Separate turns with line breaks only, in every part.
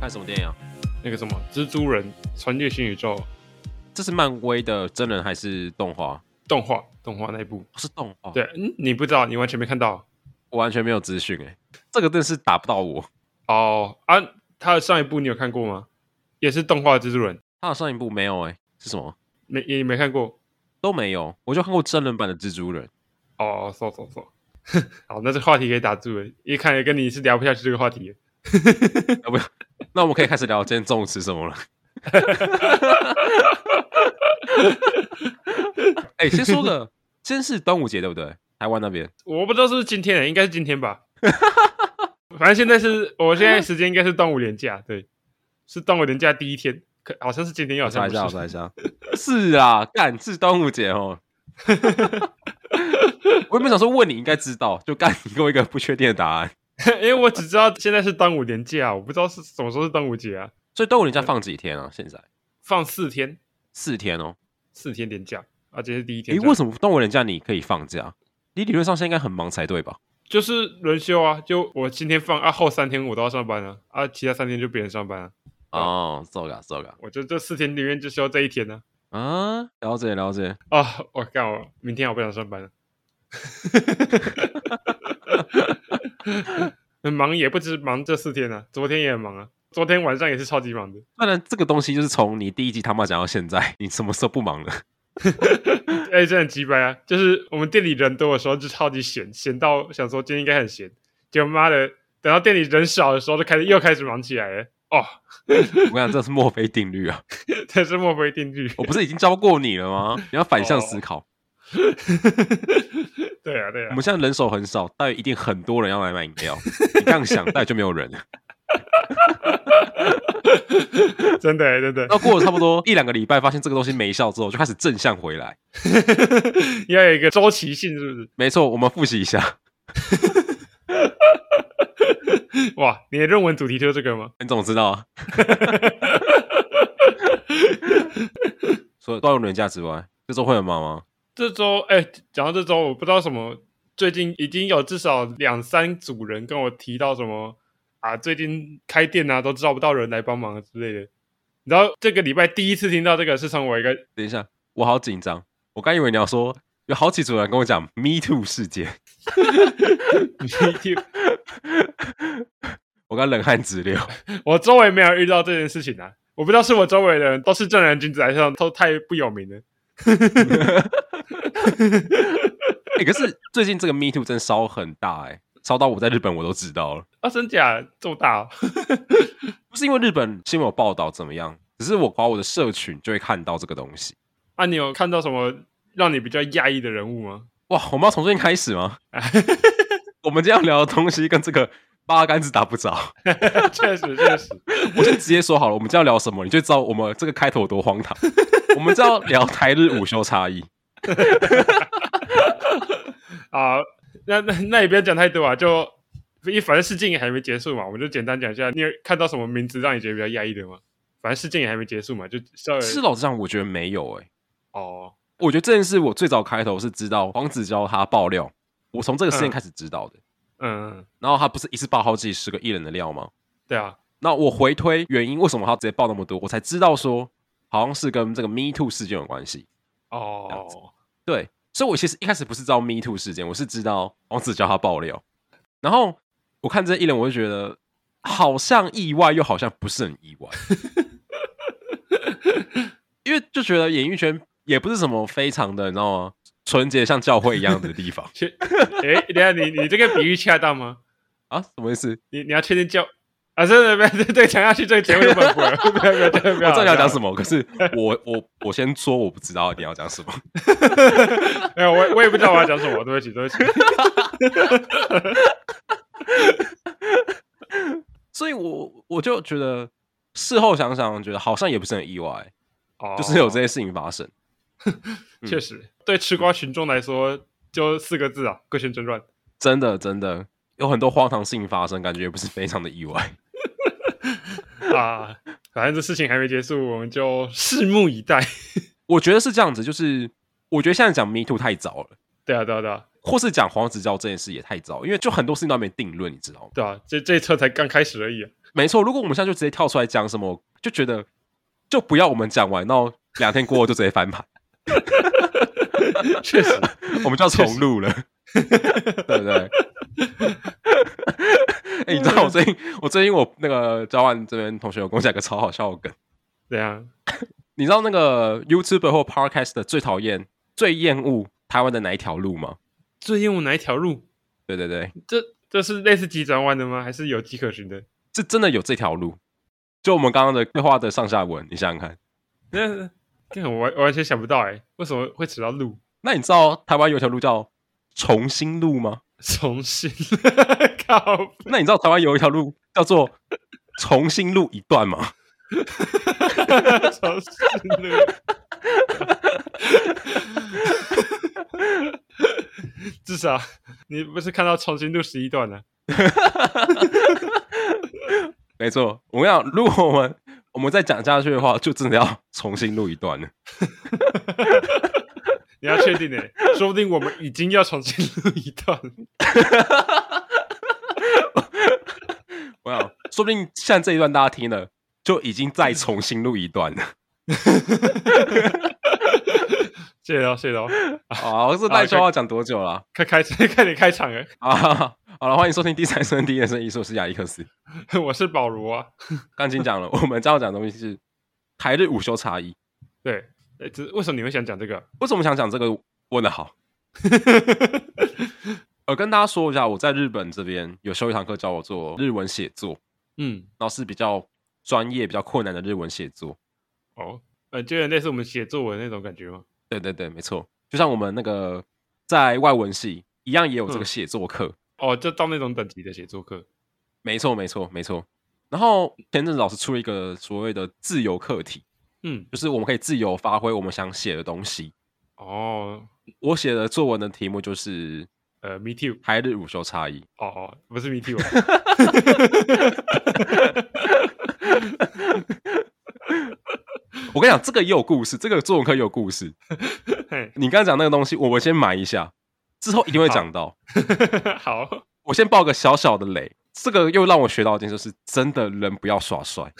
看什么电影啊？
那个什么蜘蛛人穿越新宇宙
这是漫威的真人还是动画？哦
动画动画那一部，
是动画，，
对，嗯，你不知道，你完全没看到
我完全没有资讯哎，这个真是打不到我。
哦啊！他的上一部你有看过吗？也是动画蜘蛛人，
他的上一部没有哎、是什么
没也没看过
都没有，我就看过真人版的蜘蛛 人。
哦，搜搜搜， 好，那这话题给打住了，一看跟你是聊不下去这个话题了。
要不要？那我们可以开始聊今天中午吃什么 了。哎、先说个，今天是端午节对不对？台湾那边
我不知道是不是今天，啊应该是今天吧。 反正现在是，我现在时间应该是端午连假，对，是端午连假第一天，可好像是今天，又好
我查
像
一下，我
不是。
查一下。是啊，干是端午节 哦。我原本想说问你应该知道，就干你给我一个不确定的答案。
因为我只知道现在是端午连假，我不知道是什么时候是端午节啊，
所以端午连假放几天啊？现在
放四天，
四天哦。四
四天连假，啊，这是第一天
诶，
这样。
为什么端午连假你可以放假？你理论上现在应该很忙才对吧？
就是轮休啊，就我今天放啊，后三天我都要上班啊，啊，其他三天就别人上班啊，对
哦，糟了糟了
我就这四天里面就休这一天呢、
啊，了解了解。
啊。啊，我干我明天我不想上班了， 很忙也不止忙这四天啊，昨天也很忙啊，昨天晚上也是超级忙的。
当然，这个东西就是从你第一集他妈讲到现在， 你什么时候不忙了？
哎、这很鸡掰啊！就是我们店里人多的时候就超级闲，闲到想说今天应该很闲，结果妈的，等到店里人少的时候就开始又开始忙起来了。哦，
我跟你讲，这是墨菲定律啊！
这是墨菲定律。
我不是已经教过你了 吗？你要反向思考。
对啊，对
我
啊
们，现在人手很少，但一定很多人要来买饮 料。你这样想，但就没有人了。
真的、欸真的，
那过了差不多一两个礼拜，发现这个东西没效之后，就开始正向回来。
要有一个周期性，是不是？
没错，我们复习一下。
哇，你的论文主题就是这个吗？
你怎么知道啊？ 除了端午连假之外，这周会很忙吗？
这周，哎、讲到这周，我不知道什么，最近已经有至少两三组人跟我提到什么啊，最近开店啊都招不到人来帮忙之类的。你知道这个礼拜第一次听到这个是从我一个
等一下，我好紧张。我刚以为你要说有好几组人跟我讲 “Me Too” 事件。我刚冷汗直流。欸
我周围没有遇到这件事情啊，我不知道是我周围的人都是正人君子，还是都太不有名了。
哎、可是最近这个 Me Too 真烧很大哎、烧到我在日本我都知道了，
啊，真假这么大、哦？
不是因为日本新闻有报道怎么样，只是我把我的社群就会看到这个东西。
啊，你有看到什么让你比较讶异的人物吗？
哇，我们要从这边开始吗？我们今天要聊的东西跟这个八竿子打不着。
确实，确实，
我先直接说好了，我们今天要聊什么，你就知道我们这个开头有多荒唐。我们就要聊台日午休差异。
啊，那那那也不要讲太多啊，就一反正事件也还没结束嘛，我们就简单讲一下，你有看到什么名字让你觉得比较讶异的吗？反正事件也还没结束嘛，就稍微
是老实讲，我觉得没有哎、
哦，
我觉得这件事我最早开头是知道黄子佼他爆料，我从这个事件
嗯
开始知道的。
嗯，
然后他不是一次爆好几十个艺人的料吗？
对啊，
那我回推原因，为什么他直接爆那么多，我才知道说好像是跟这个 Me Too 事件有关系。这样
哦，
对，所以我其实一开始不是知道 Me Too 事件，我是知道王子叫他爆料，然后我看这些艺人，我就觉得好像意外，又好像不是很意外， 因为就觉得演艺圈也不是什么非常的，你知道吗？纯洁像教会一样的地方
确，哎，等一下你你这个比喻恰当吗？
啊，什么意思？
你你要确定叫啊，真的不要这个讲下去，这个节目就本不了，不要不要不要不要！
我知道你要讲什
么？
么，可是我我我先说，我不知道你要讲什么。
没有，我我也不知道我要讲什么，对不起对不起。
所以我我就觉得事后想想，觉得好像也不是很意外，
哦，
就是有这些事情发生。嗯
确实对吃瓜群众来说，就四个字啊，贵圈真乱。
真的真的有很多荒唐事情发生，感觉也不是非常的意外。
啊，反正这事情还没结束，我们就拭目以待。
我觉得是这样子，就是我觉得现在讲 Me Too 太早了，
对啊，对啊，对啊，
或是讲黄子佼这件事也太早，因为就很多事情都还没定论，你知道吗？
对啊，这这一车才刚开始而已、啊。
没错，如果我们现在就直接跳出来讲什么，就觉得就不要我们讲完，然后两天过后就直接翻盘，
确实，
我们就要重录了，对不对？ 哎、你知道我最近我最近我那个交换这边同学有跟我讲一个超好笑的梗，
怎样？
你知道那个 YouTube 或 Podcast 的最讨厌、最厌恶台湾的哪一条路吗？
最厌恶哪一条路？
对对对，
这这是类似急转弯的吗？还是有迹可循的？
是真的有这条路。就我们刚刚的对话的上下文，你想想看。
那这我完我完全想不到哎、为什么会扯到路？
那你知道台湾有一条路叫重新路吗？
重新 靠，
那你知道台湾有一条路叫做重新路一段吗？
重新路， 至少你不是看到重新路十一段了、啊
没错，我跟你讲，如果我们我们再讲下去的话，就真的要重新录一段了。
你要确定哎、说不定我们已经要重新录一段 了。
我想，说不定像这一段大家听了，就已经再重新录一段了。
谢谢喽，谢谢喽，
好，这代销要讲多久了？
快开 始，快点开场欸了。
啊，好了，欢迎收听第三声第一人生艺术，我是亚历克斯。
我是保罗啊，
刚已经讲了，我们这要讲的东西是台日午休差异。
对，诶这为什么你会想讲这个？
为什么想讲这个？问的好，我跟大家说一下，我在日本这边有修一堂课，教我做日文写作，
嗯，
然后是比较专业、比较困难的日文写作。
哦，呃，就有点类似我们写作文那种感觉吗？
对对对，没错，就像我们那个在外文系一样，也有这个写作课。
哦，就到那种等级的写作课。
没错，没错，没错。然后前阵子老师出了一个所谓的自由课题，
嗯，
就是我们可以自由发挥我们想写的东西。
哦，
我写的作文的题目就是
呃，Me too。
台日午休差异。
哦哦，不是 Me too 啊。
我跟你讲，这个也有故事，这个作文课也有故事。
嘿
你刚刚讲那个东西，我我先埋一下，之后一定会讲到。
好，
我先爆个小小的雷，这个又让我学到一件事，就是真的人不要耍帅。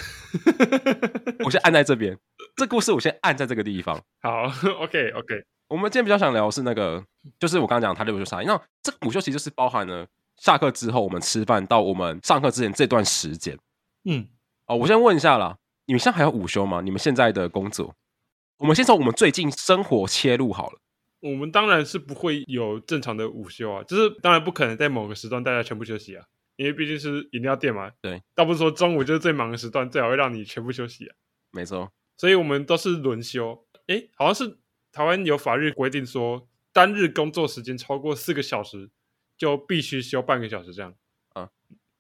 我先按在这边，这故事我先按在这个地方。
好，OK OK，
我们今天比较想聊的是那个，就是我刚刚讲他的午休差异。那这个午休其实就是包含了下课之后我们吃饭到我们上课之前这段时间。
嗯，
哦，我先问一下啦，你们现在还有午休吗？你们现在的工作？我们先从我们最近生活切入好了。
我们当然是不会有正常的午休啊，就是当然不可能在某个时段大家全部休息啊，因为毕竟是饮料店嘛。
对，
倒不是说中午就是最忙的时段，最好会让你全部休息啊。
没错，
所以我们都是轮休。诶，好像是台湾有法律规定说，单日工作时间超过四个小时，就必须休半个小时这样。
啊，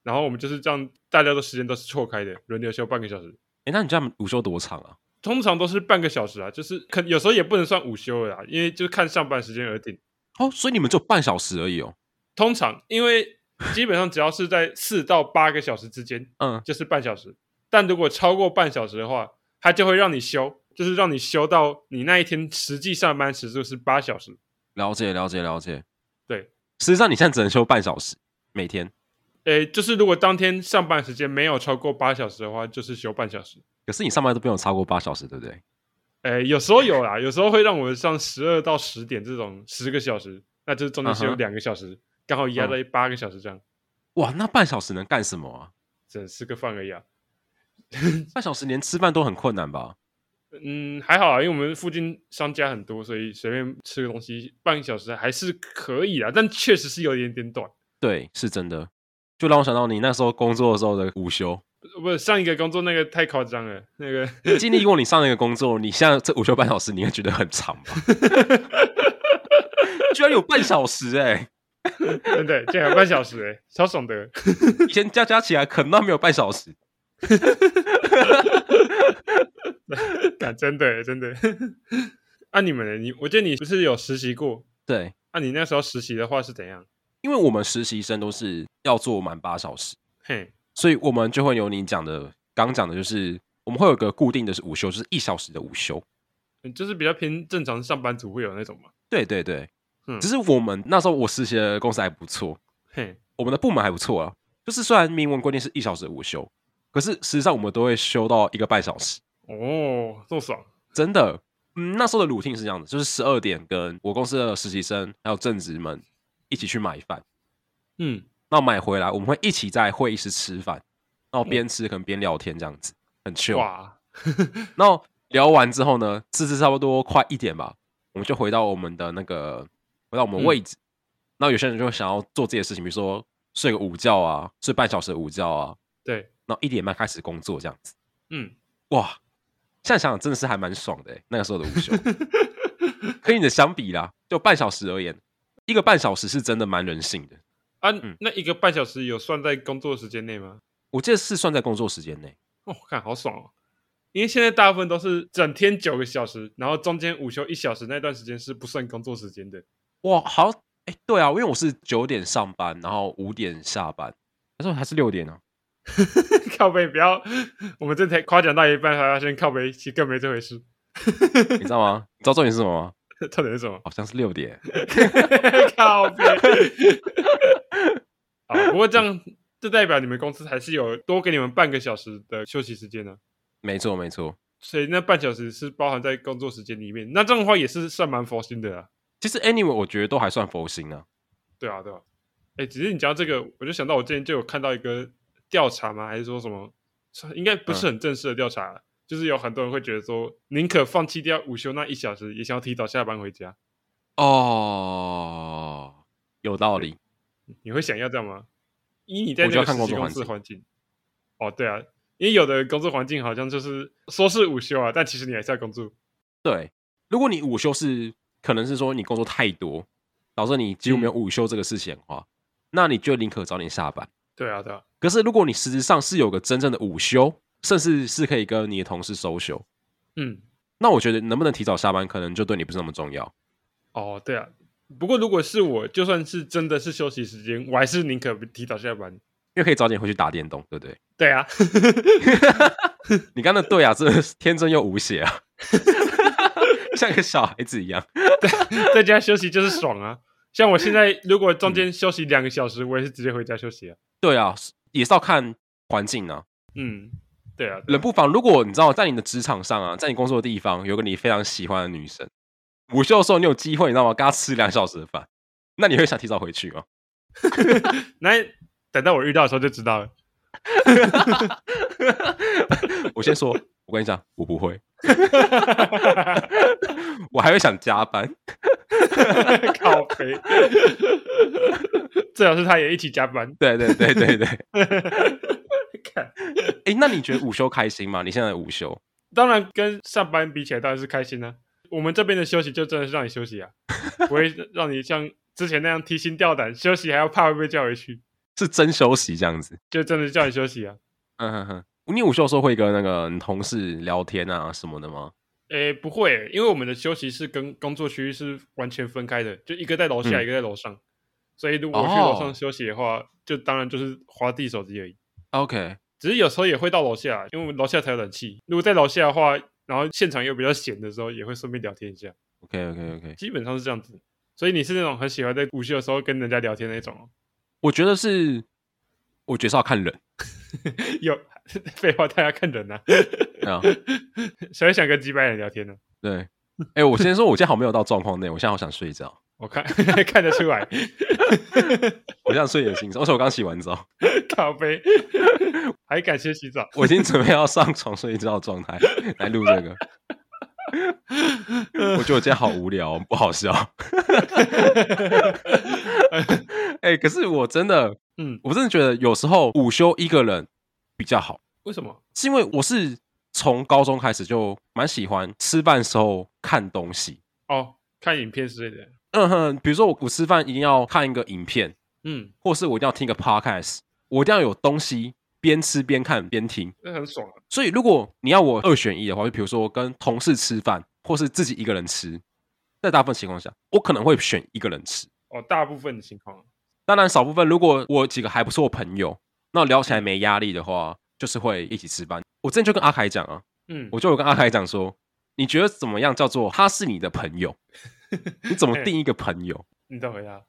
然后我们就是这样，大家的时间都是错开的，轮流休半个小时，
哎，那你这样午休多长啊？
通常都是半个小时啊，就是可有时候也不能算午休了啦，因为就是看上班时间而定。
哦，所以你们就半小时而已哦。
通常因为基本上只要是在四到八个小时之间，
嗯，
就是半小时。但如果超过半小时的话，它就会让你休，就是让你休到你那一天实际上班时数是八小时。
了解，了解，了解。
对
实际上你现在只能休半小时，每天。
诶，就是如果当天上班时间没有超过八小时的话，就是休半小时。
可是你上班都不用超过八小时，对不对？
诶，有时候有啦，有时候会让我上十二到十点这种十个小时，那就是中间
嗯
休
哼
两个小时，刚好压在八个小时这样，
哇，那半小时能干什么啊？
只能吃个饭而已啊。
半小时连吃饭都很困难吧？
嗯，还好啊，因为我们附近商家很多，所以随便吃个东西半个小时还是可以啦，但确实是有一点点短。
对，是真的。就让我想到你那时候工作的时候的午休，
不，上一个工作那个太夸张了，那个
经历过你上一个工作，你现在这午休半小时，你会觉得很长吧？居然有半小时哎、
真的竟然有半小时哎、超爽的。
以前加加起来可能都没有半小时。
啊，真的欸真的。 啊，你们呢？你我记得你不是有实习过？
对，
啊，你那时候实习的话是怎样？
因为我们实习生都是要做满八小时，
嘿，
所以我们就会有你讲的刚讲的，就是我们会有个固定的是午休，就是一小时的午休。
嗯就是比较偏正常上班族会有那种嘛。
对对对，
嗯
只是我们那时候我实习的公司还不错，
嘿，
我们的部门还不错啊。就是虽然明文规定是一小时的午休，可是实际上我们都会休到一个半小时，
哦，这么爽，
真的。嗯，那时候的 routine 是这样的，就是十二点跟我公司的实习生还有正职们一起去买饭，
嗯，
那买回来我们会一起在会议室吃饭，然后边吃可能边聊天这样子，很 chill。
哇，
然后聊完之后呢，吃至差不多快一点吧，我们就回到我们的那个回到我们的位置。那有些人就会想要做自己的事情，比如说睡个午觉啊，睡半小时的午觉啊，
对，
然后一点半开始工作这样子。
嗯，
哇，现在想想真的是还蛮爽的欸、那个时候的午休， 跟你的相比啦，就半小时而言，一个半小时是真的蛮人性的。
啊
嗯，
那一个半小时有算在工作时间内吗？
我记得是算在工作时间内，
哦，看好爽哦！因为现在大部分都是整天九个小时，然后中间午休一小时那段时间是不算工作时间的。
哇，好，哎、对啊，因为我是九点上班，然后五点下班，那时候还是六点啊呢、
靠背不要，我们这才夸奖到一半，才发现靠背其实更没这回事。
你知道吗？ 你知道重点是什么吗？
到底是什么？
好像是六点。
靠背。好，不过这样就代表你们公司还是有多给你们半个小时的休息时间呢、
没错，没错。
所以那半小时是包含在工作时间里面。那这样的话也是算蛮佛心的啊。
其实 anyway，我觉得都还算佛心啊。
对啊，对啊。哎，只是你讲到这个，我就想到我之前就有看到一个调查嘛，还是说什么，算应该不
嗯
是很正式的调查，就是有很多人会觉得说，宁可放弃掉午休那一小时，也想要提早下班回家。
哦，有道理。
你会想要这样吗？以你在
我
那
就要
个
看
实
工
习
作
公
环
司环境，哦，对啊，因为有的工作环境好像就是说是午休啊，但其实你还是要工作。
对，如果你午休是可能是说你工作太多，导致你几乎没有午休这个事情的话，那你就宁可早点下班。
对啊，对啊，
可是如果你实质上是有个真正的午休，甚至是可以跟你的同事 social，
嗯，
那我觉得能不能提早下班，可能就对你不是那么重要。
哦，对啊。不过如果是我，就算是真的是休息时间，我还是宁可提早下班。
因为可以早点回去打电动，对不对？
对啊，
你刚刚的对啊，真的是天真又无邪啊， 像个小孩子一样。
在家休息就是爽啊！像我现在如果中间休息两个小时，我也是直接回家休息啊。
对啊，是也是要看环境啊。
嗯，对啊，对
冷不防，如果你知道在你的职场上啊，在你工作的地方有个你非常喜欢的女生，午休的时候你有机会，你知道吗？跟她吃两小时的饭，那你会想提早回去吗？
那等到我遇到的时候就知道了。
我先说，我跟你讲，我不会，我还会想加班。
靠肥， 最好是他也一起加班。
对对对对对。
看
哎，那你觉得午休开心吗？你现在的午休？
当然跟上班比起来，当然是开心啊。我们这边的休息就真的是让你休息啊，不会让你像之前那样提心吊胆，休息还要怕会被叫回去，
是真休息这样子？
就真的叫你休息啊。
嗯哼哼。你午休的时候会跟那个你同事聊天啊什么的吗？
诶，不会，因为我们的休息室跟工作区域是完全分开的，就一个在楼下，
嗯
一个在楼上。所以如果我去楼上
哦
休息的话，就当然就是滑地手机而已。
OK，
只是有时候也会到楼下，因为我们楼下才有冷气。如果在楼下的话，然后现场又比较闲的时候，也会顺便聊天一下。
OK OK OK，
基本上是这样子。所以你是那种很喜欢在午休的时候跟人家聊天那种哦？
我觉得是，我觉得是要看人，
有废话，大家看人呐、
对啊，
想一想跟几百人聊天呢、
对。哎、我先说，我现在好像没有到状况内，我现在好想睡觉，
我看 看得出来，
我想睡眼惺忪，而且我刚洗完澡，
咖啡还敢先洗澡。
我已经准备要上床睡觉的状态来录这个。我觉得我今天好无聊，不好笑。哎、可是我真的，
嗯，
我真的觉得有时候午休一个人比较好，
为什么？
是因为我是从高中开始就蛮喜欢吃饭的时候看东西。
哦，看影片之类的。
嗯哼，比如说我我吃饭一定要看一个影片，
嗯，
或是我一定要听一个 podcast，我一定要有东西边吃边看边听。
那很爽啊。
所以如果你要我二选一的话，就比如说跟同事吃饭，或是自己一个人吃，在大部分情况下，我可能会选一个人吃。
哦，大部分的情况啊，
当然，少部分如果我有几个还不错的朋友，那聊起来没压力的话，就是会一起吃饭。我之前就跟阿凯讲啊，
嗯，
我就有跟阿凯讲说，你觉得怎么样叫做他是你的朋友？你怎么定一个朋友？
你再回答。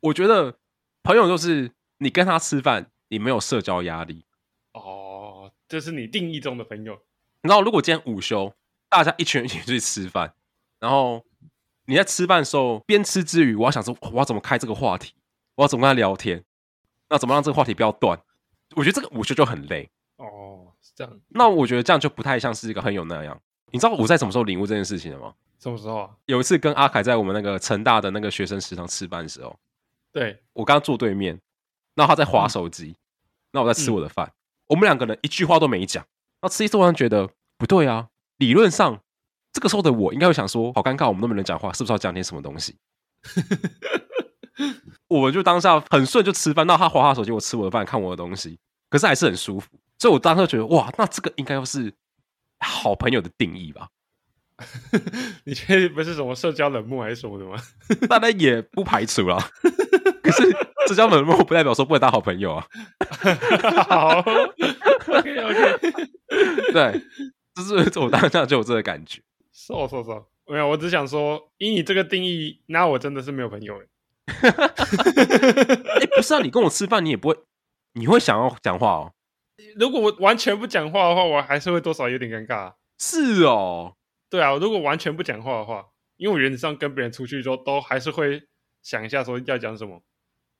我觉得朋友就是你跟他吃饭，你没有社交压力，
哦，这是你定义中的朋友。
你知道，如果今天午休，大家一群人一起去吃饭，然后你在吃饭的时候边吃之余，我要想说，我要怎么开这个话题，我要怎么跟他聊天，那怎么让这个话题不要断？我觉得这个午休就很累。
哦，是这样。
那我觉得这样就不太像是一个朋友那样。你知道我在什么时候领悟这件事情的吗？
什么时候啊？
有一次跟阿凯在我们那个成大的那个学生食堂吃饭的时候，
对，
我刚坐对面，然后他在划手机，那、我在吃我的饭，我们两个人一句话都没讲。那吃一吃，突然觉得不对啊，理论上这个时候的我应该会想说，好尴尬，我们那么能讲话，是不是要讲点什么东西？ 我就当下很顺就吃饭，那他划他手机，我吃我的饭，看我的东西，可是还是很舒服，所以我当时觉得哇，那这个应该要是好朋友的定义吧。
你这不是什么社交冷漠还是什么的吗？
当然也不排除啦。 可是社交冷漠不代表说不能当好朋友啊。
好，OK OK，
对，就是 我当下就有这个感觉。
瘦瘦瘦，没有，我只想说，以你这个定义，那我真的是没有朋 友欸。
哎、不是啊，你跟我吃饭，你也不会，你会想要讲话哦。
如果我完全不讲话的话，我还是会多少有点尴尬啊、
是哦，
对啊，如果完全不讲话的话，因为我原则上跟别人出去之后，都还是会想一下说要讲什么。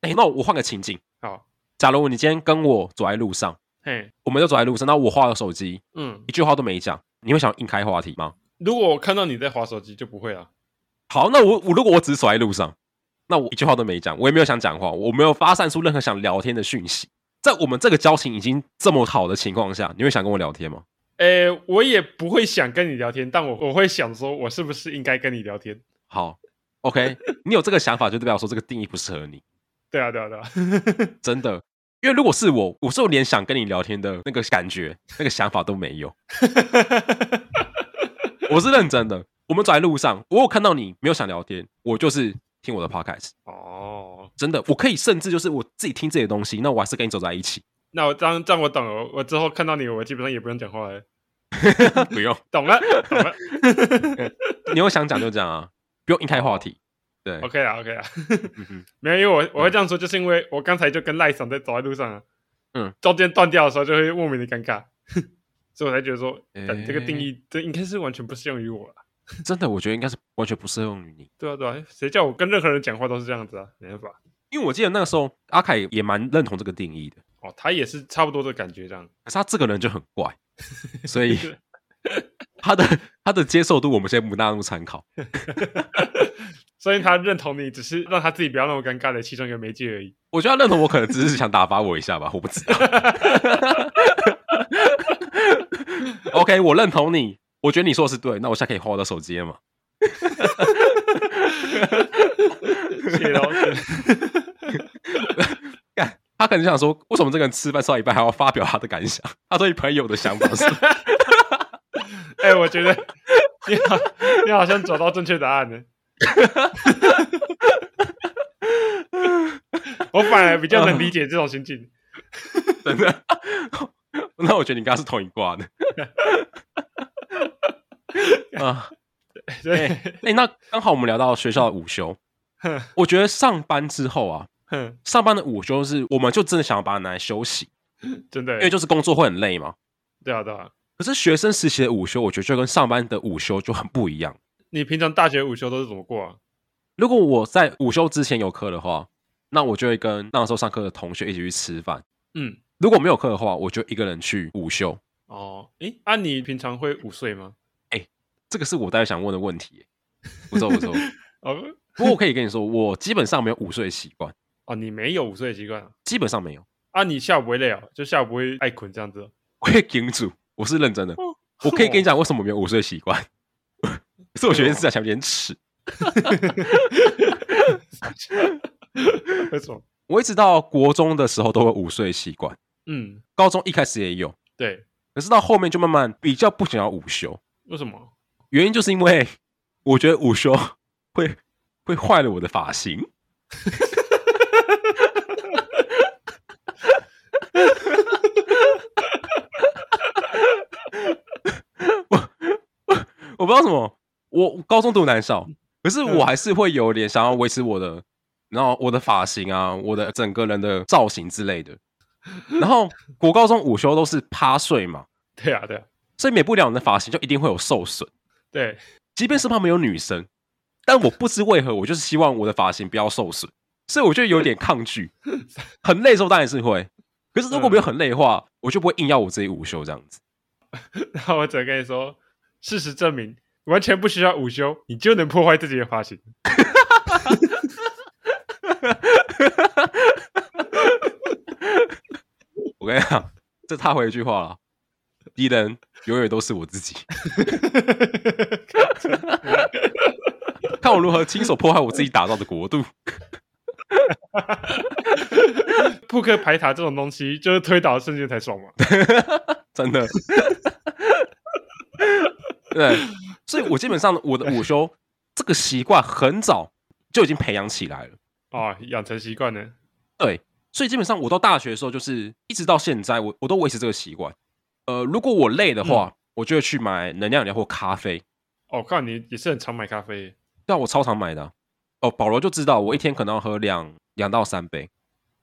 哎、那我换个情景，
好，
假如你今天跟我走在路上，
嘿，
我们就走在路上，那我划了手机，
嗯，
一句话都没讲，你会想硬开话题吗？
如果我看到你在划手机，就不会啊了。
好，那我我如果我只是走在路上，那我一句话都没讲，我也没有想讲话，我没有发散出任何想聊天的讯息。在我们这个交情已经这么好的情况下，你会想跟我聊天吗？
诶，我也不会想跟你聊天，但我我会想说，我是不是应该跟你聊天？
好，OK，你有这个想法，就代表说这个定义不适合你。
对啊，对啊，对 啊，
真的。因为如果是我，我是连想跟你聊天的那个感觉、那个想法都没有，我是认真的。我们走在路上，我有看到你没有想聊天，我就是听我的 podcast，
哦，
真的，我可以甚至就是我自己听这些东西，那我还是跟你走在一起，
那我这样这样我懂了，我之后看到你，我基本上也不用讲话了。
不用，
懂了，懂了
你有想讲就讲啊，不用硬开话题，对，
，OK 啦，OK 啊啦。
嗯哼
没有，因为我我会这样说，就是因为我刚才就跟赖爽在走在路上啊，
嗯，
中间断掉的时候就会莫名的尴尬， 所以我才觉得说，
诶
干这个定义这应该是完全不适用于我了。
真的，我觉得应该是完全不适用于你，
对啊，对啊，谁叫我跟任何人讲话都是这样子啊？没办法，
因为我记得那个时候阿凯也蛮认同这个定义的，
哦，他也是差不多的感觉这样。
可是他这个人就很怪，所以他的他的接受度我们先不纳入参考。
所以他认同你，只是让他自己不要那么尴尬的其中一个媒介而已。
我觉得他认同我，可能只是想打发我一下吧，我不知道。OK，我认同你，我觉得你说的是对，那我现在可以划我的手机了吗？
谢谢老师。
干，他可能想说，为什么这个人吃饭吃到一半还要发表他的感想？他对朋友的想法是，
哎、我觉得 你好，你好像找到正确答案了。 我反而比较能理解这种心境。
真的。那我觉得你跟他是同一挂的。啊，
对，
哎、那刚好我们聊到学校的午休，
哼
我觉得上班之后啊，
哼，
上班的午休是，我们就真的想要把它拿来休息，
真的
因为，就是工作会很累嘛。
对啊，对啊。
可是学生时期的午休，我觉得就跟上班的午休就很不一样。
你平常大学午休都是怎么过啊？
如果我在午休之前有课的话，那我就会跟那时候上课的同学一起去吃饭；
嗯，
如果没有课的话，我就一个人去午休。
哦，诶，啊，你平常会午睡吗？
这个是我待会想问的问题耶、不错不错，
哦，
不过我可以跟你说，我基本上没有午睡习惯，
哦，你没有午睡的习惯啊？
基本上没有。
啊，你下午不会累哦，就下午不会爱困这样子哦。
我会顶住，我是认真的。我可以跟你讲为什么没有午睡习惯， 可是我觉得这想有点耻。
讲，为什么？
我一直到国中的时候都会午睡习惯，
嗯，
高中一开始也有，
对，
可是到后面就慢慢比较不想要午休，
为什么？
原因就是因为我觉得午休会会坏了我的发型。我我我不知道为什么，我高中读男校，可是我还是会有点想要维持我的，然后我的发型啊，我的整个人的造型之类的。然后国高中午休都是趴睡嘛，
对啊，对啊，
所以免不了你的发型就一定会有受损。
对，
即便是旁边有女生，但我不知为何，我就是希望我的发型不要受损，所以我就有点抗拒。很累的时候当然是会，可是如果没有很累的话，我就不会硬要我自己午休这样子。
然后我只能跟你说，事实证明，完全不需要午休，你就能破坏自己的发型。
我跟你讲，这太回一句话了，敌人永远都是我自己，看我如何亲手破坏我自己打造的国度。
扑克牌塔这种东西，就是推倒的瞬间才爽嘛。
真的。 对，所以我基本上我的午休这个习惯很早就已经培养起来了。
哦，养成习惯了。
对，所以基本上我到大学的时候，就是一直到现在，我我都维持这个习惯。呃，如果我累的话，我就会去买能量饮料或咖啡。
哦，靠，你也是很常买咖啡耶，
但我超常买的啊、哦，保罗就知道我一天可能要喝两两到三杯。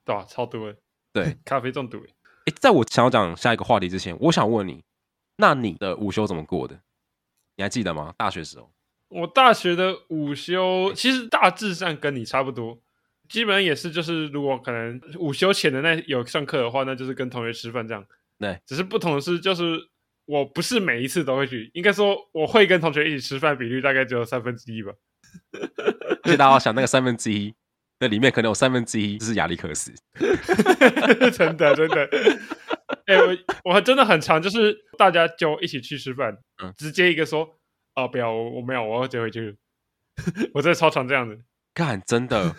对吧、超多耶，
对，
咖啡中欸毒耶。
诶，在我想要讲下一个话题之前，我想问你，那你的午休怎么过的？你还记得吗？大学时候，
我大学的午休其实大致上跟你差不多，基本上也是就是如果可能午休前的那有上课的话，那就是跟同学吃饭这样。
对，
只是不同的是，就是我不是每一次都会去，应该说我会跟同学一起吃饭比率大概只有三分之一吧。
而且大家要想那个三分之一，那里面可能有三分之一是亚历克斯。
真的真的。哎、我我还真的很常，就是大家就一起去吃饭，
嗯
直接一个说啊、不要，我我没有，我要直接回去。 我真的超常这样子。
干，真的。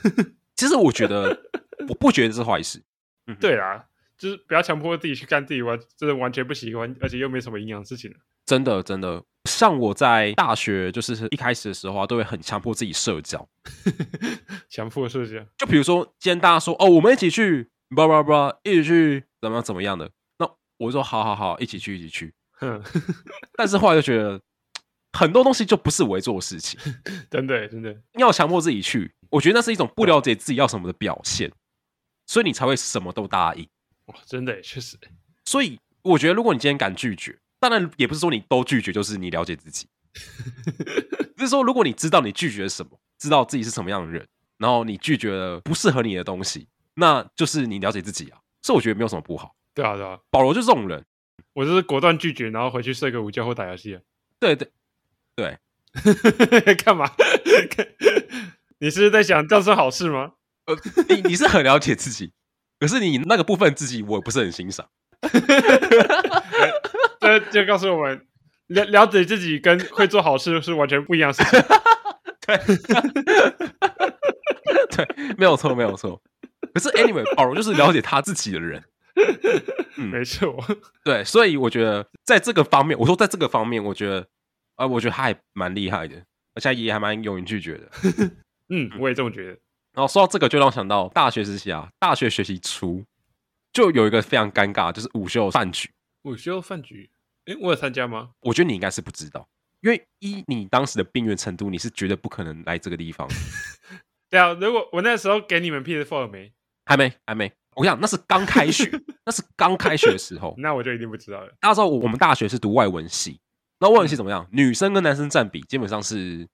其实我觉得，我不觉得是坏事。嗯哼
对啦，就是不要强迫自己去干自己完真的完全不喜欢，而且又没什么营养的事 情。
真的真的，像我在大学就是一开始的时候啊，都会很强迫自己社交。
强迫社交，
就比如说，今天大家说哦，我们一起去，叭叭叭，一起去怎么样怎么样的，那我就说好好好，一起去一起去。
哼，
但是后来就觉得，很多东西就不是我会做的事情，
真的真的，
要强迫自己去，我觉得那是一种不了解自己要什么的表现，所以你才会什么都答应。
哇，真的确实，
所以我觉得，如果你今天敢拒绝，当然也不是说你都拒绝，就是你了解自己，只是说如果你知道你拒绝什么，知道自己是什么样的人，然后你拒绝了不适合你的东西，那就是你了解自己啊。所以我觉得没有什么不好。
对啊对啊，
保罗就是这种人，
我就是果断拒绝，然后回去睡个午觉或打游戏啊。
对对对，
干嘛？你是不是在想这样算好事吗？
呃，你你是很了解自己，可是你那个部分自己我也不是很欣赏。
这就告诉我们，了了解自己跟会做好事是完全不一样的事情。
对，没有错，没有错。可是 anyway，保罗就是了解他自己的人，
没错，
对，所以我觉得在这个方面，我说在这个方面，我觉得，啊，我觉得他还蛮厉害的，而且也还蛮勇于拒绝的。
嗯，我也这么觉得。
然后说到这个，就让我想到大学时期啊，大学学习初就有一个非常尴尬，就是午休饭局。
午休饭局，诶，我有参加吗？
我觉得你应该是不知道，因为依你当时的病源程度，你是绝对不可能来这个地方的。
对啊，如果我那时候给你们 PS4 了没，
还没，还没。我跟你讲，那是刚开学，那是刚开学的时候。
那我就一定不知道了。
大家知道我我们大学是读外文系，那外文系怎么样？女生跟男生占比基本上是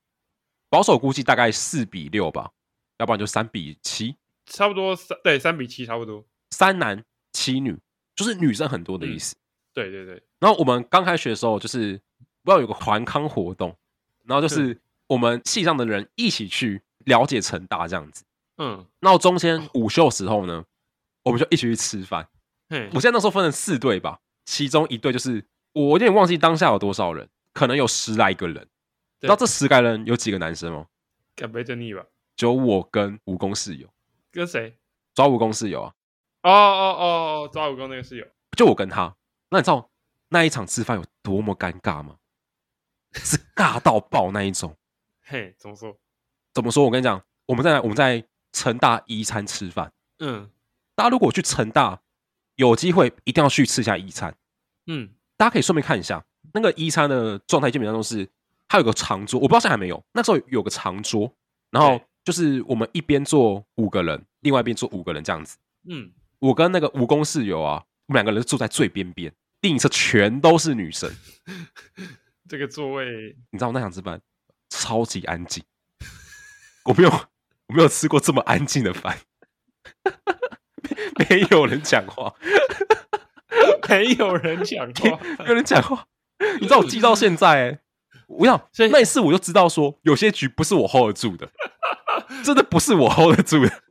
保守估计大概四比六吧，要不然就三比七，
差不多三对三比七差不多。
三男七女，就是女生很多的意思。
对对对，
然后我们刚开学的时候，就是不知道有个团康活动，然后就是我们系上的人一起去了解成大这样子。
嗯，
然后中间午休的时候呢，我们就一起去吃饭。
嘿
我，现在那时候分成四队吧，其中一队就是我有点忘记当下有多少人，可能有十来个人。你知
对
道这十来人有几个男生吗？
敢背着你吧？
只有我跟蜈蚣室友，
跟谁？
抓蜈蚣室友啊，
哦哦哦，哦，抓武功那个室友，
就我跟他。那你知道那一场吃饭有多么尴尬吗？ 是尬到爆那一种。
嘿，怎么说？
怎么说？我跟你讲，我们在我们在成大一餐吃饭，
嗯
大家如果去成大有机会，一定要去吃一下一餐。
嗯，
大家可以顺便看一下那个一餐的状态，基本上都是它有个长桌，我不知道现在还没有。那时候有个长桌，然后
对
就是我们一边坐五个人，另外一边坐五个人这样子。
嗯，
我跟那个蜈蚣室友啊，我们两个人坐在最边边，电影车全都是女生，
这个 座位
你知道我那场值班超级安静，我没有我没有吃过这么安静的饭，没没有人讲话，
没有人讲 话，
没有人讲话，你知道我记到现在、欸，我想
所以
那一次我就知道说，有些局不是我 hold 得住的，真的不是我 hold 得住的。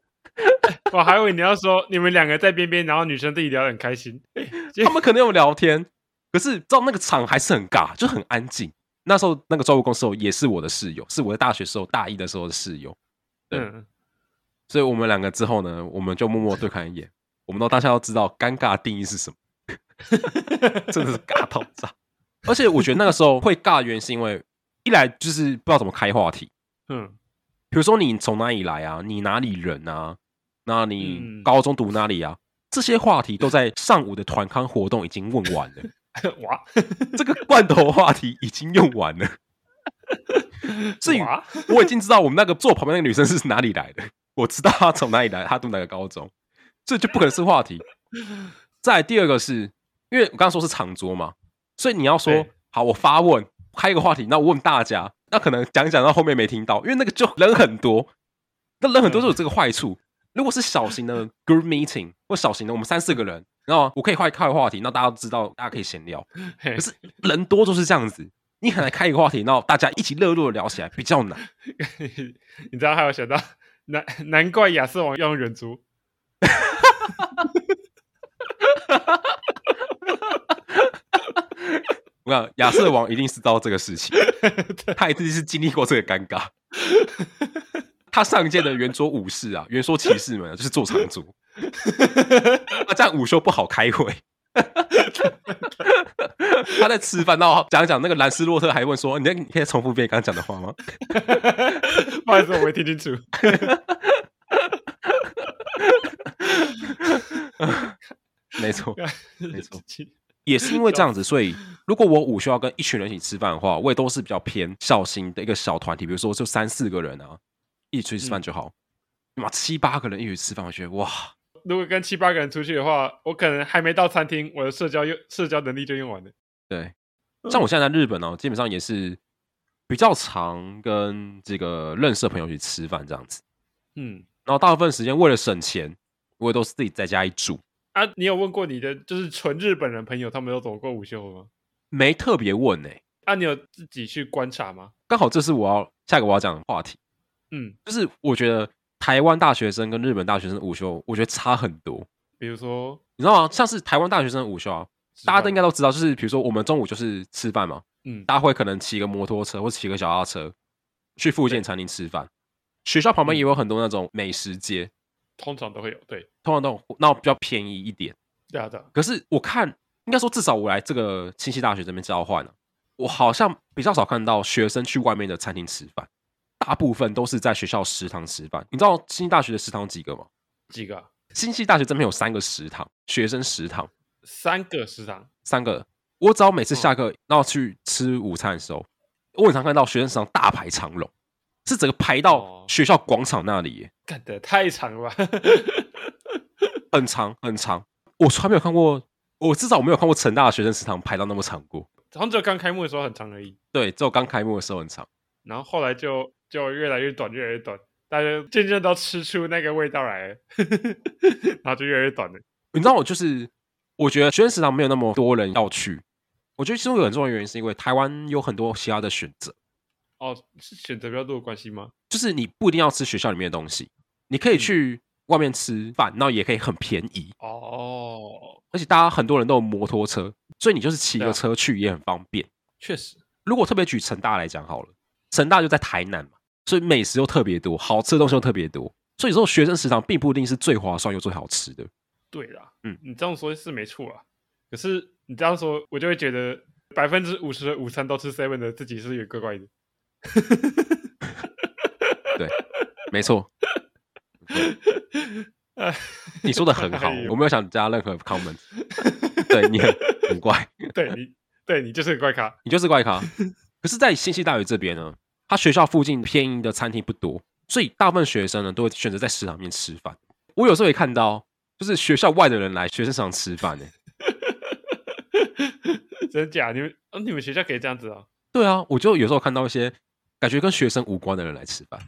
我还以为你要说你们两个在边边，然后女生自己聊得很开心。哎结
他们可能有聊天，可是到那个场还是很尬，就很安静。那时候那个招务工室友也是我的室友，是我在大学时候大一的时候的室友，对
嗯，
所以我们两个之后呢，我们就默默对看一眼，我们都当下都知道尴尬的定义是什么， 真的是尬到炸。 而且我觉得那个时候会尬，原因是因为一来就是不知道怎么开话题，
嗯，
比如说你从哪里来啊，你哪里人啊，那你
嗯
高中读哪里啊，这些话题都在上午的团康活动已经问完了。
哇，
这个罐头话题已经用完了。至于
哇
我已经知道我们那个坐我旁边那个女生是哪里来的， 我知道她从哪里来，她读哪个高中，这就不可能是话题。再来第二个是因为我刚刚说是长桌嘛，所以你要说
对
好，我发问开一个话题，那我问大家，那可能讲一讲到后面没听到，因为那个就人很多，那人很多就有这个坏处。如果是小型的 group meeting 或小型的，我们三四个人，然后我可以快开话题，那大家都知道，大家可以闲聊。
嘿
可是人多就是这样子，你很难开一个话题，然后大家一起热络的聊起来比较难。
你知道还有想到难难怪亚瑟王要用 远足，
我想亚瑟王一定是知道这个事情，他一定是经历过这个尴尬。他上一届的圆桌武士啊，圆桌骑士们啊就是做长桌，那这样午休不好开会。他在吃饭，然后讲一讲那个兰斯洛特还问说：“你你可以重复一遍刚刚讲的话吗？”
不好意思，我没听清楚。
没错，没 错，
对
也是因为这样子，所以如果我午休要跟一群人一起吃饭的话，我也都是比较偏小型的一个小团体，比如说就三四个人啊，一起出去吃饭就好。嘛、七八个人一起吃饭，我觉得哇，
如果跟七八个人出去的话，我可能还没到餐厅，我的社交用社交能力就用完了。
对。像我现在在日本哦、基本上也是比较常跟这个认识的朋友去吃饭这样子。
嗯，
然后大部分时间为了省钱，我也都是自己在家里煮，
啊，你有问过你的就是纯日本人朋友，他们有走过午休吗？
没特别问呢、
啊，你有自己去观察吗？
刚好这是我要下一个我要讲的话题，
嗯，
就是我觉得台湾大学生跟日本大学生的午休，我觉得差很多。
比如说，
你知道吗？像是台湾大学生的午休啊，大家都应该都知道，就是比如说我们中午就是吃饭嘛，
嗯，
大家会可能骑个摩托车或骑个小踏车去附近餐厅吃饭。学校旁边也有很多那种美食街，
通常都会有，对，
通常那种那种比较便宜一点。
对啊，对啊，
可是我看，应该说至少我来这个清溪大学这边交换了、啊我好像比较少看到学生去外面的餐厅吃饭，大部分都是在学校食堂吃饭。你知道清溪大学的食堂有几个吗？
几个啊、
清溪大学这边有三个食堂，学生食堂。
三个食堂，
三个。我只要每次下课然后去吃午餐的时候，我很常看到学生食堂大排长龙，是整个排到
哦
学校广场那里耶，
干的太长了吧？
很长很长。我从来没有看过，我至少我没有看过成大的学生食堂排到那么长过。
好像只有刚开幕的时候很长而已，
对，只有刚开幕的时候很长。
然后后来就就越来越短，越来越短，大家渐渐都吃出那个味道来了， 然后就越来越短了。
你知道，我就是我觉得学生食堂没有那么多人要去。我觉得其中有很重要的原因是因为台湾有很多其他的选择，
哦，是选择比较多的关系吗？
就是你不一定要吃学校里面的东西，你
嗯
可以去外面吃饭，然后也可以很便宜。
哦，
而且大家很多人都有摩托车，所以你就是骑
对
个
啊
车去也很方便。
确实，
如果特别举成大来讲好了，成大就在台南嘛，所以美食又特别多，好吃的东西又特别多，所以有时候学生食堂并不一定是最划算又最好吃的。
对啦，
嗯
你这样说是没错啊。可是你这样说，我就会觉得百分之五十的午餐都吃 seven 的自己是有怪怪的。
没错，
哎
你说的很好
哎，呦
我没有想加任何 comment。对你很很怪，
对你，对你就是个怪咖。
你就是怪咖。可是，在新西大学这边呢，他学校附近便宜的餐厅不多，所以大部分学生呢都会选择在食堂里面吃饭。我有时候也看到就是学校外的人来学生场吃饭呢、
真假？你们哦，你们学校可以这样子啊？
对啊，我就有时候看到一些感觉跟学生无关的人来吃饭，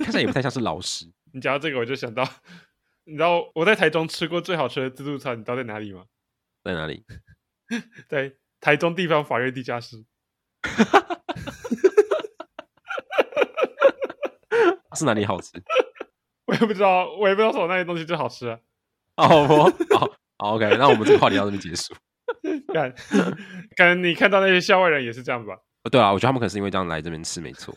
看起来也不太像是老师。
你讲到这个，我就想到， 你知道我在台中吃过最好吃的自助餐，你知道在哪里吗？
在哪里？
在台中地方法院地下室。
是哪里好吃？
我也不知道，我也不知道什么那些东西最好吃啊。
哦不，好好，OK，那我们这个话题到这边结束。
看，可能你看到那些校外人也是这样吧？
哦对啊，我觉得他们可能是因为这样来这边吃，没错。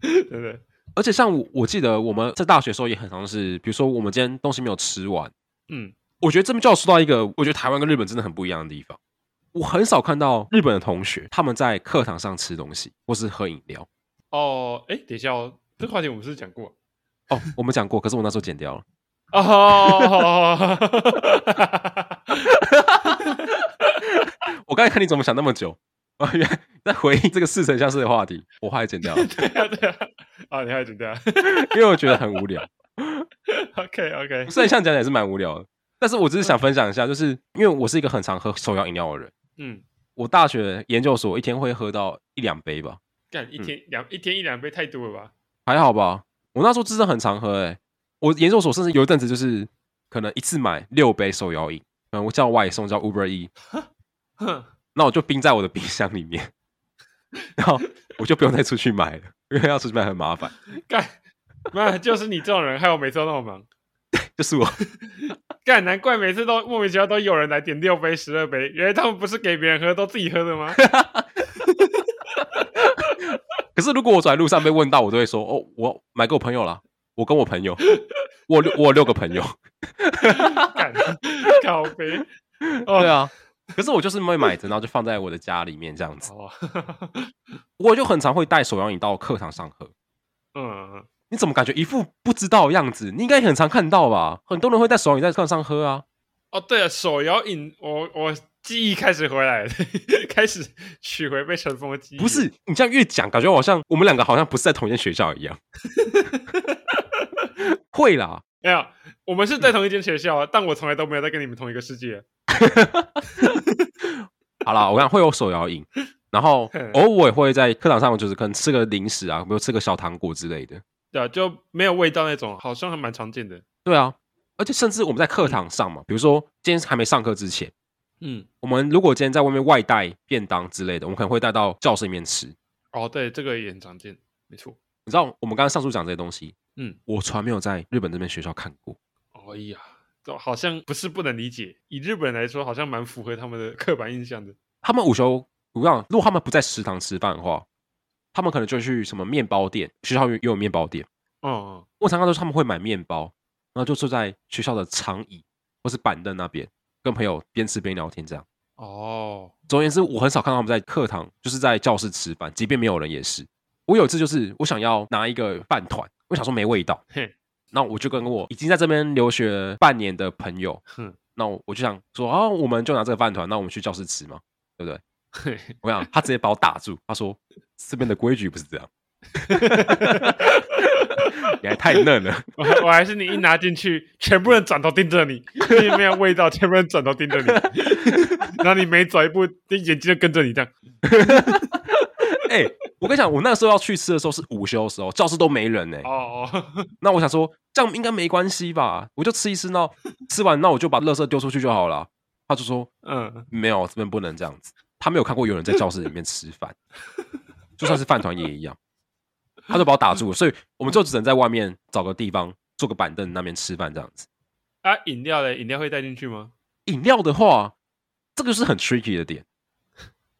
对不对？
而且像我，我记得我们在大学的时候也很常是，比如说我们今天东西没有吃完，
嗯，
我觉得这边就要说到一个，我觉得台湾跟日本真的很不一样的地方。我很少看到日本的同学他们在课堂上吃东西或是喝饮料。
哦，哎，等一下哦，这个话题我们是不是讲过啊、啊
哦，我们讲过，可是我那时候剪掉了。
哦，
我刚才看你怎么想那么久，啊，原来在回应这个似曾相识的话题，我话也剪掉了，
对啊，对啊，啊，你还有对啊
因为我觉得很无聊。
？OK OK，
虽然像讲起来是蛮无聊的，但是我只是想分享一下，就是因为我是一个很常喝手摇饮料的人，
嗯，
我大学研究所一天会喝到一两杯吧，
干一天两一天一两杯太多了吧？
还好吧。我那时候真的很常喝、欸，我研究所甚至有一阵子就是可能一次买六杯手摇饮，嗯，我叫外送叫 Uber E，
哼，
那我就冰在我的冰箱里面， 然后我就不用再出去买了，因为要出去买很麻烦。
干，妈就是你这种人，害我每次都那么忙。
就是我，
干，难怪每次都莫名其妙都有人来点六杯、十二杯，原来他们不是给别人喝，都自己喝的吗？
可是如果我走在路上被问到，我都会说哦，我买给我朋友啦，我跟我朋 友，我有六我有六个朋友，
干， 靠杯。哦
对啊。可是我就是会买着，然后就放在我的家里面这样子。
哦，
我就很常会带手摇饮到课堂上喝。
嗯，
你怎么感觉一副不知道的样子？你应该也很常看到吧？很多人会带手摇饮在课堂上喝啊。
哦，对了，手摇饮，我我记忆开始回来了， 开始取回被尘封的记忆。
不是，你这样越讲，感觉好像我们两个好像不是在同一间学校一样。 会啦，
没有，我们是在同一间学校啊，但我从来都没有在跟你们同一个世界。
好啦，我看会有手摇饮，然 后偶尔我也会在课堂上，就是可能吃个零食啊，比如吃个小糖果之类的。
对啊，就没有味道那种，好像还蛮常见的。
对啊，而且甚至我们在课堂上嘛，比如说今天还没上课之前，
嗯，
我们如果今天在外面外带便当之类的，我们可能会带到教室里面吃。
哦，对，这个也很常见，没错。
你知道我们刚刚上述讲这些东西，
嗯，
我从来没有在日本这边学校看过。
哎呀，这好像不是不能理解，以日本人来说，好像蛮符合他们的刻板印象的。
他们午休，我跟你讲，如果他们不在食堂吃饭的话，他们可能就去什么面包店，学校也有面包店。
哦、
我常常都是他们会买面包，然后就坐在学校的长椅或是板凳那边，跟朋友边吃边聊天这样。
哦，
总而言之，我很少看到他们在课堂，就是在教室吃饭，即便没有人也是。我有一次就是我想要拿一个饭团，我想说没味道
嘿，
那我就跟我已经在这边留学半年的朋友，
哼，
那我我就想说啊，我们就拿这个饭团，那我们去教室吃嘛，对不对？
嘿
我想他直接把我打住，他说这边的规矩不是这样， 你还太嫩了。
我还我还是你一拿进去，全部人转头盯着你，因为没有味道，全部人转头盯着你， 然后你每走一步，这眼睛就跟着你这样。
哎、我跟你讲，我那个时候要去吃的时候是午休的时候，教室都没人欸呢、
哦，哦
那我想说，这样应该没关系吧？我就吃一吃， 那吃完那我就把垃圾丢出去就好了。他就说
嗯，
没有，这边不能这样子。他没有看过有人在教室里面吃 饭，就算是饭团也一样。他就把我打住了，所以我们就只能在外面找个地方坐个板凳那边吃饭这样子。
啊，饮料嘞，饮料会带进去吗？
饮料的话，这个是很 tricky 的点。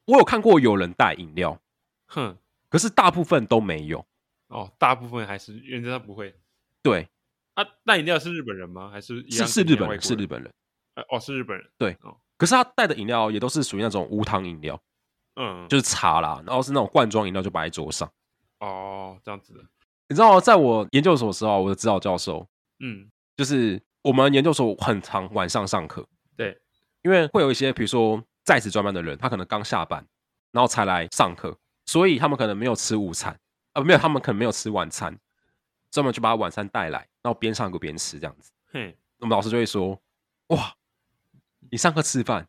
我有看过有人带饮料，
哼，
可是大部分都没有。
哦，大部分还是原则上不会。
对，
啊，那饮料是日本人吗？还是一
是
样
是日
跟一样
本
外
人，
国
是日本人。
呃哦，是日本人。
可是他带的饮料也都是属于那种无糖饮料，
嗯，
就是茶啦，然后是那种罐装饮料就摆在桌上。
哦，这样子的。
你知道，在我研究所的时候，我的指导教授
嗯，
就是我们研究所很常晚上上课，
对，
因为会有一些比如说在职专班的人，他可能刚下班，然后才来上课，所以他们可能没有吃午餐，啊，没有，他们可能没有吃晚餐，专门就把晚餐带来，然后边上课边吃这样子。
嘿，
我们老师就会说：“哇，你上课吃饭，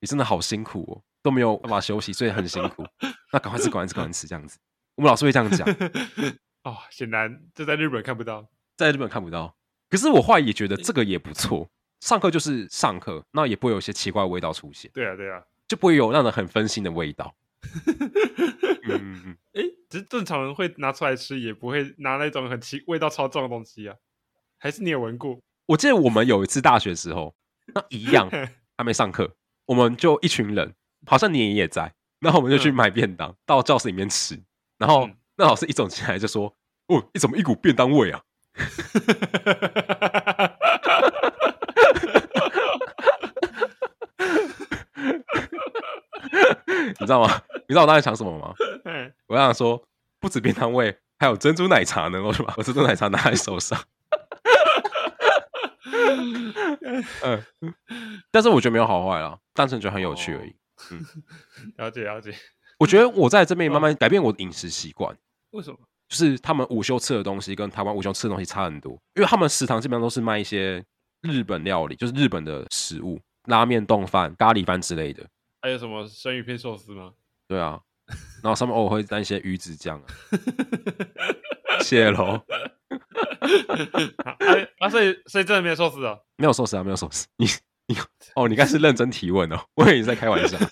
你真的好辛苦哦，都没有办法休息，所以很辛苦。那赶快吃，赶快吃，赶快吃，这样子。”我们老师会这样讲，
哦，显然这在日本看不到。
在日本看不到。可是我后来也觉得这个也不错，上课就是上课，那也不会有一些奇怪的味道出现，
对啊，对啊，
就不会有让人很分心的味道。嗯，嗯
诶，只是正常人会拿出来吃，也不会拿那种很奇味道超重的东西啊。还是你也闻过？
我记得我们有一次大学时候，那一样 还没上课，我们就一群人，好像你也在，然后我们就去
嗯
买便当、到教室里面吃，然后
嗯
那老师一走进来就说：“哦，你怎么一股便当味啊？”你知道吗？你知道我当时想什么吗？
哎
我想说，不止便当味，还有珍珠奶茶呢。我就 把我珍珠奶茶拿在手上。嗯， 哦但是我觉得没有好坏啦，单纯觉得很有趣而已。
了解了解。
我觉得我在这边慢慢改变我的饮食习惯，
为什么？
就是他们午休吃的东西跟台湾午休吃的东西差很多，因为他们食堂基本上都是卖一些日本料理，就是日本的食物，拉面、冻饭、咖喱饭之类的。
还有什么生鱼片寿司 吗？
对啊，然后上面偶尔会沾一些鱼子酱、啊，谢喽。
啊啊啊！所以所以真的没有寿司啊？
没有寿司啊，没有寿司。你你哦，你刚是认真提问哦，我以为你在开玩笑。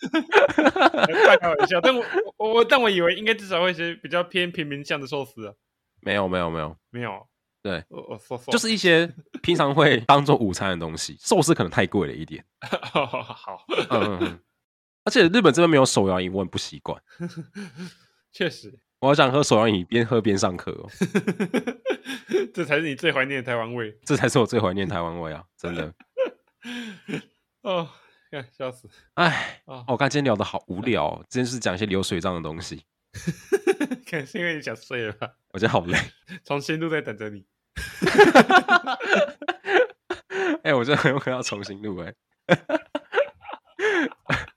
开开玩笑，但我我我但我以为应该至少会一些比较偏平民向的寿司啊，
没有没有没有，
没有。
对
我，我说说
就是一些平常会当做午餐的东西，寿司可能太贵了一点。
好，
嗯嗯嗯。而且日本这边没有手摇饮，我很不习惯。
确实，
我好想喝手摇饮，边喝边上课、哦，
这才是你最怀念的台湾味
这才是我最怀念台湾味啊！真的，
哦，看笑死
哎，
哦
哦，我看今天聊的好无聊、哦，今天是讲一些流水账的东西，
可能是因为你想睡了吧？
我觉得好累。
重新录在等着你。
哎、我真的很有可能要重新录哎、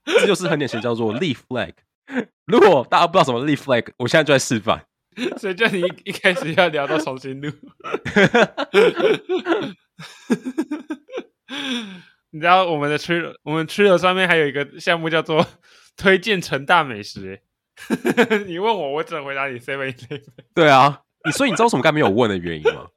这就是很典型叫做 leaf flag。如果大家不知道什么 leaf flag，我现在就在示范。
所以叫你一 一开始要聊到重新录。 你知道我们的吃友，我们吃友上面还有一个项目叫做推荐成大美食欸。 你问我，我只能回答你 seven eleven。
对啊，你所以你知道为什么刚才没有问的原因吗？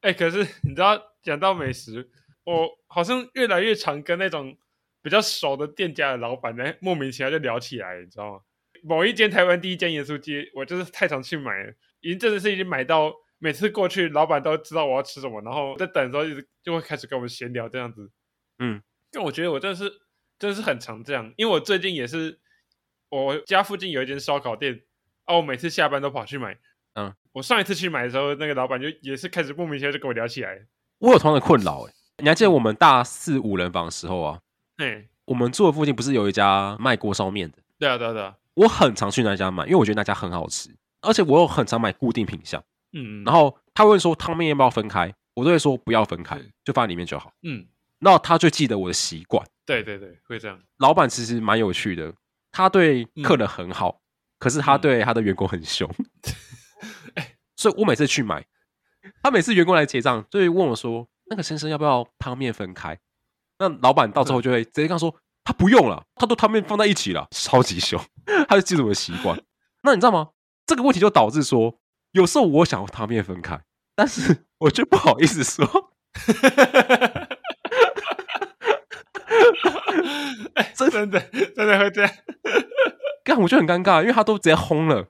哎、可是你知道，讲到美食，我好像越来越常跟那种比较熟的店家的老板呢，莫名其妙就聊起来，你知道吗？某一间台湾第一间盐酥鸡，我就是太常去买了，已经真的是已经买到每次过去，老板都知道我要吃什么，然后在等的时候一直就会开始跟我们闲聊这样子。
嗯，
但我觉得我真的是真的是很常这样，因为我最近也是我家附近有一间烧烤店，啊，我每次下班都跑去买。
嗯，
我上一次去买的时候，那个老板就也是开始莫名其妙就跟我聊起来。
我有同样的困扰哎、你还记得我们大四五人房的时候啊，
哎，
我们住的附近不是有一家卖锅烧面的？
对啊，对啊，对啊，
我很常去那家买，因为我觉得那家很好吃，而且我又很常买固定品相。
嗯，
然后他会说汤面要不要分开，我都会说不要分开
嗯，
就放在里面就好。
嗯，
那他就记得我的习惯。
对对对，会这 样，
老板其实蛮有趣的，他对客人很好，可是他对他的员工很凶。所以我每次去买，他每次员工来结账，就会问我说：“那个先生要不要汤面分开？”那老板到最后就会直接跟他说：“他不用了，他都汤面放在一起了，超级凶。”他就记住我的习惯。那你知道吗？这个问题就导致说，有时候我想要汤面分开，但是我却不好意思说，
哎
真
真的真的会这样，
干我就很尴尬，因为他都直接轰了。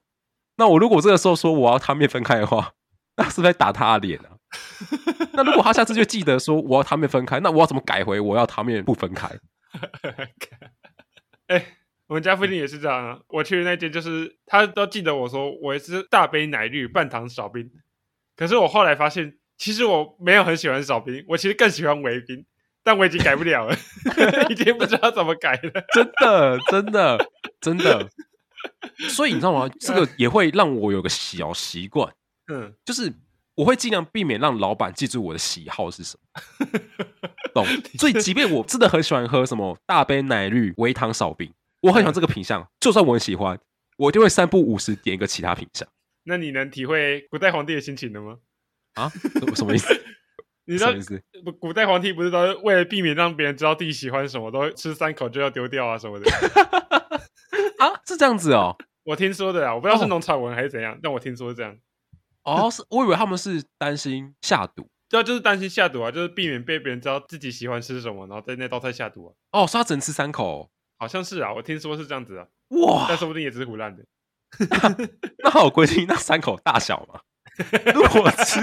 那我如果这个时候说我要汤面分开的话，那是不是在打他的脸啊？ 那如果他下次就记得说我要汤面分开，那我要怎么改回我要汤面不分开？
哎。我们家附近也是这样啊，我去的那间就是他都记得我说我是大杯奶绿半糖少冰，可是我后来发现，其实我没有很喜欢少冰，我其实更喜欢微冰，但我已经改不了了， 已经不知道怎么改了。
真的，真的，真的。所以你知道吗？这个也会让我有个小习惯，
嗯，
就是我会尽量避免让老板记住我的喜好是什么， 懂？所以即便我真的很喜欢喝什么大杯奶绿微糖少冰，我很喜欢这个品相，就算我很喜欢，我就会三不五时点一个其他品相。
那你能体会古代皇帝的心情了吗？
啊，什什么意思？
你知
什
道
么意思？
不古代皇帝不是都是为了避免让别人知道自己喜欢什么，都吃三口就要丢掉啊什么的。
啊，是这样子哦。
我听说的啊，我不知道是
哦
农场文还是怎样，但我听说是这样。
哦，是我以为他们是担心下毒
对啊，就是担心下毒啊，就是避免被别人知道自己喜欢吃什么，然后在那道菜下毒啊。
哦，所以他只能吃三口
好像是啊，我听说是这样子啊，
哦。哇
但，说不定也只是胡乱的。
那还有规定那三口大小 吗？如果我吃，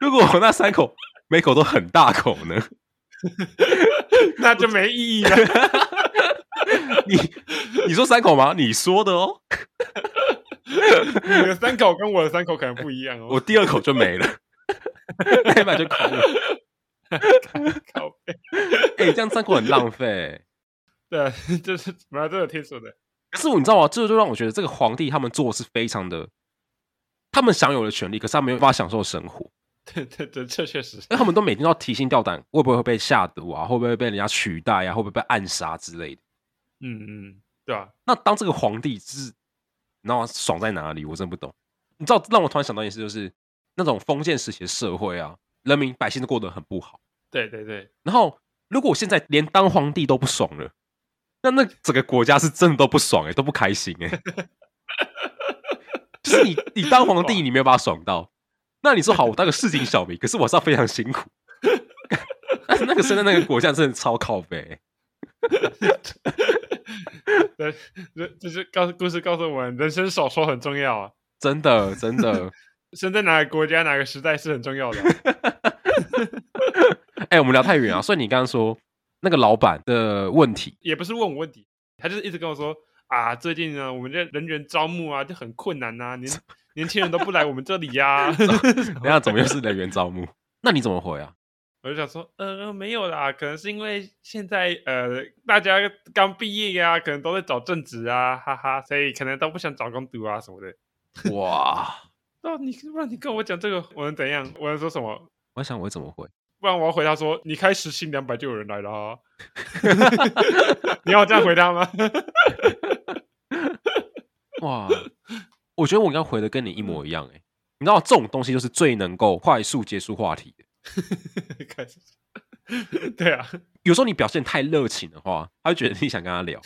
如果我那三口每口都很大口呢？
那就没意义了。
你你说三口吗？你说的哦，
你的三口跟我的三口可能不一样哦。
我第二口就没了，那一把就空了。
靠背，
哎、这样三口很浪费、欸
对啊， 就是本来都有听说的。
可是我你知道吗？这就让我觉得这个皇帝他们做的是非常的，他们享有了权利，可是他们没有办法享受生活，
对对对，这确实是。
那他们都每天都要提心吊胆，会不会被下毒啊？会不会被人家取代啊？会不会被暗杀之类的？
嗯嗯，对啊，
那当这个皇帝是，你知道吗爽在哪里？我真不懂。你知道让我突然想到一件事，就是那种封建时期的社会啊，人民百姓都过得很不好。
对对对，
然后如果我现在连当皇帝都不爽了，那那整个国家是真的都不爽哎、都不开心哎、就是你你当皇帝，你没有把他爽到。那你说好，我当个市井小民，可是我是要非常辛苦。 但是那个生在那个国家真的超靠北、欸。
对，这这是告诉故事告诉我们，人生少说很重要啊。
真的真的。
生在哪个国家、哪个时代是很重要的啊、
哎、我们聊太远啊，所以你刚刚说那个老板的问 题，
也不是问我问题，他就是一直跟我说啊，最近呢，我们这人员招募啊就很困难呐、年年轻人都不来我们这里呀、
等一下怎么又是人员招募？那你怎么回啊？
我就想说，呃，没有啦，可能是因为现在呃，大家刚毕业呀、可能都在找正职啊，哈哈，所以可能都不想找工读啊什么的。
哇，
那、你不然你跟我讲这个，我能怎样？我能说什么？
我在想我会怎么回？
不然我要回答说，你开时薪两百就有人来了啊！ 你要我这样回答吗？
哇，我觉得我应该回的跟你一模一样哎、你知道这种东西就是最能够快速结束话题的。
开始，对啊，
有时候你表现太热情的话，他会觉得你想跟他聊，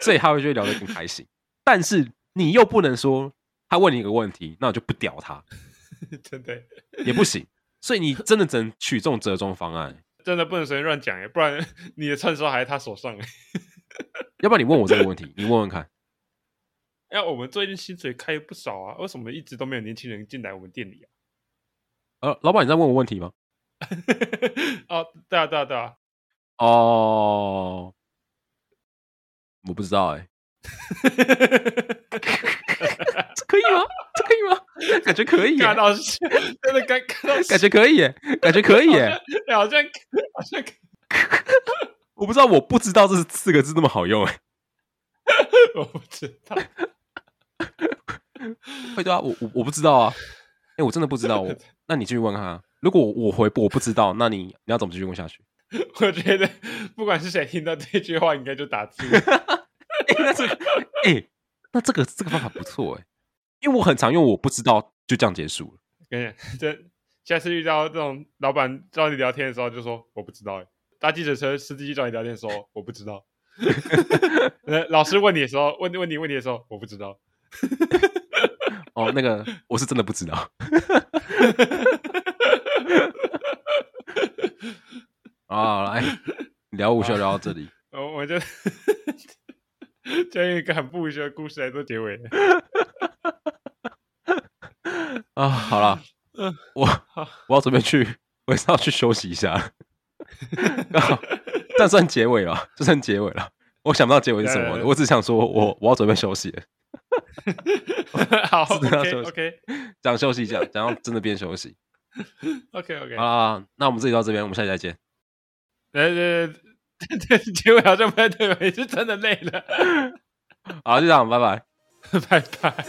所以他会觉得聊得更开心。但是你又不能说他问你一个问题，那我就不屌他，
真的
也不行。所以你真的只能取这种折中方案、
真的不能随便乱讲耶，不然你的串烧还在他手上耶。
要不然你问我这个问题，你问问看。
哎，我们最近薪水开不少啊，为什么一直都没有年轻人进来我们店里啊？
呃，老板，你在问我问题吗？
哦，对啊，对啊，对啊，
哦，我不知道哎、这可以吗？这可以 吗？感觉可以耶、
看到是，真的感看到是
啊感觉可以耶、感觉可以欸耶、
哎好像好像
我不知道，我不知道这四个字那么好用哎、
我不知道，
会对啊，我我我不知道啊，哎、我真的不知 道。我那你继续问看、啊，如果我回我不知道，那你你要怎么继续问下 去？
我觉得不管是谁听到这句话，应该就打字。
哎、那这个，哎、那这个这个方法不错哎、因为我很常用，我不知道就这样结束了。
跟你讲， 这下次遇到这种老板找你聊天的时候，就说我不知道欸。搭计程车司机找你聊天的时候，我不 知道。呃，老师问你的时候，问问你问题的时候，我不知道。
哦，那个我是真的不知道。啊，来聊午休聊到这里，
我我就就用一个很不无趣的故事来做结尾了。
啊，好了
嗯，
我
好
我要准备去，我也是要去休息一下了。 刚好这样算结尾了，这算结尾了。我想不到结尾是什么
对
的，我只想说我我要准备休息了，
好
是的
，OK
是的
OK
想休息一下，想要真的边休息。
OK OK。
好啦，那我们这里到这边，我们下期再见。
来 来来，这结尾好像不 太对吧？也是真的累了，
好，就这样，拜拜。
拜拜。